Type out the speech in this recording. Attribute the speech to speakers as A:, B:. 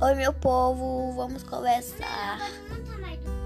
A: Oi, meu povo, vamos conversar.
B: Agora canta mais do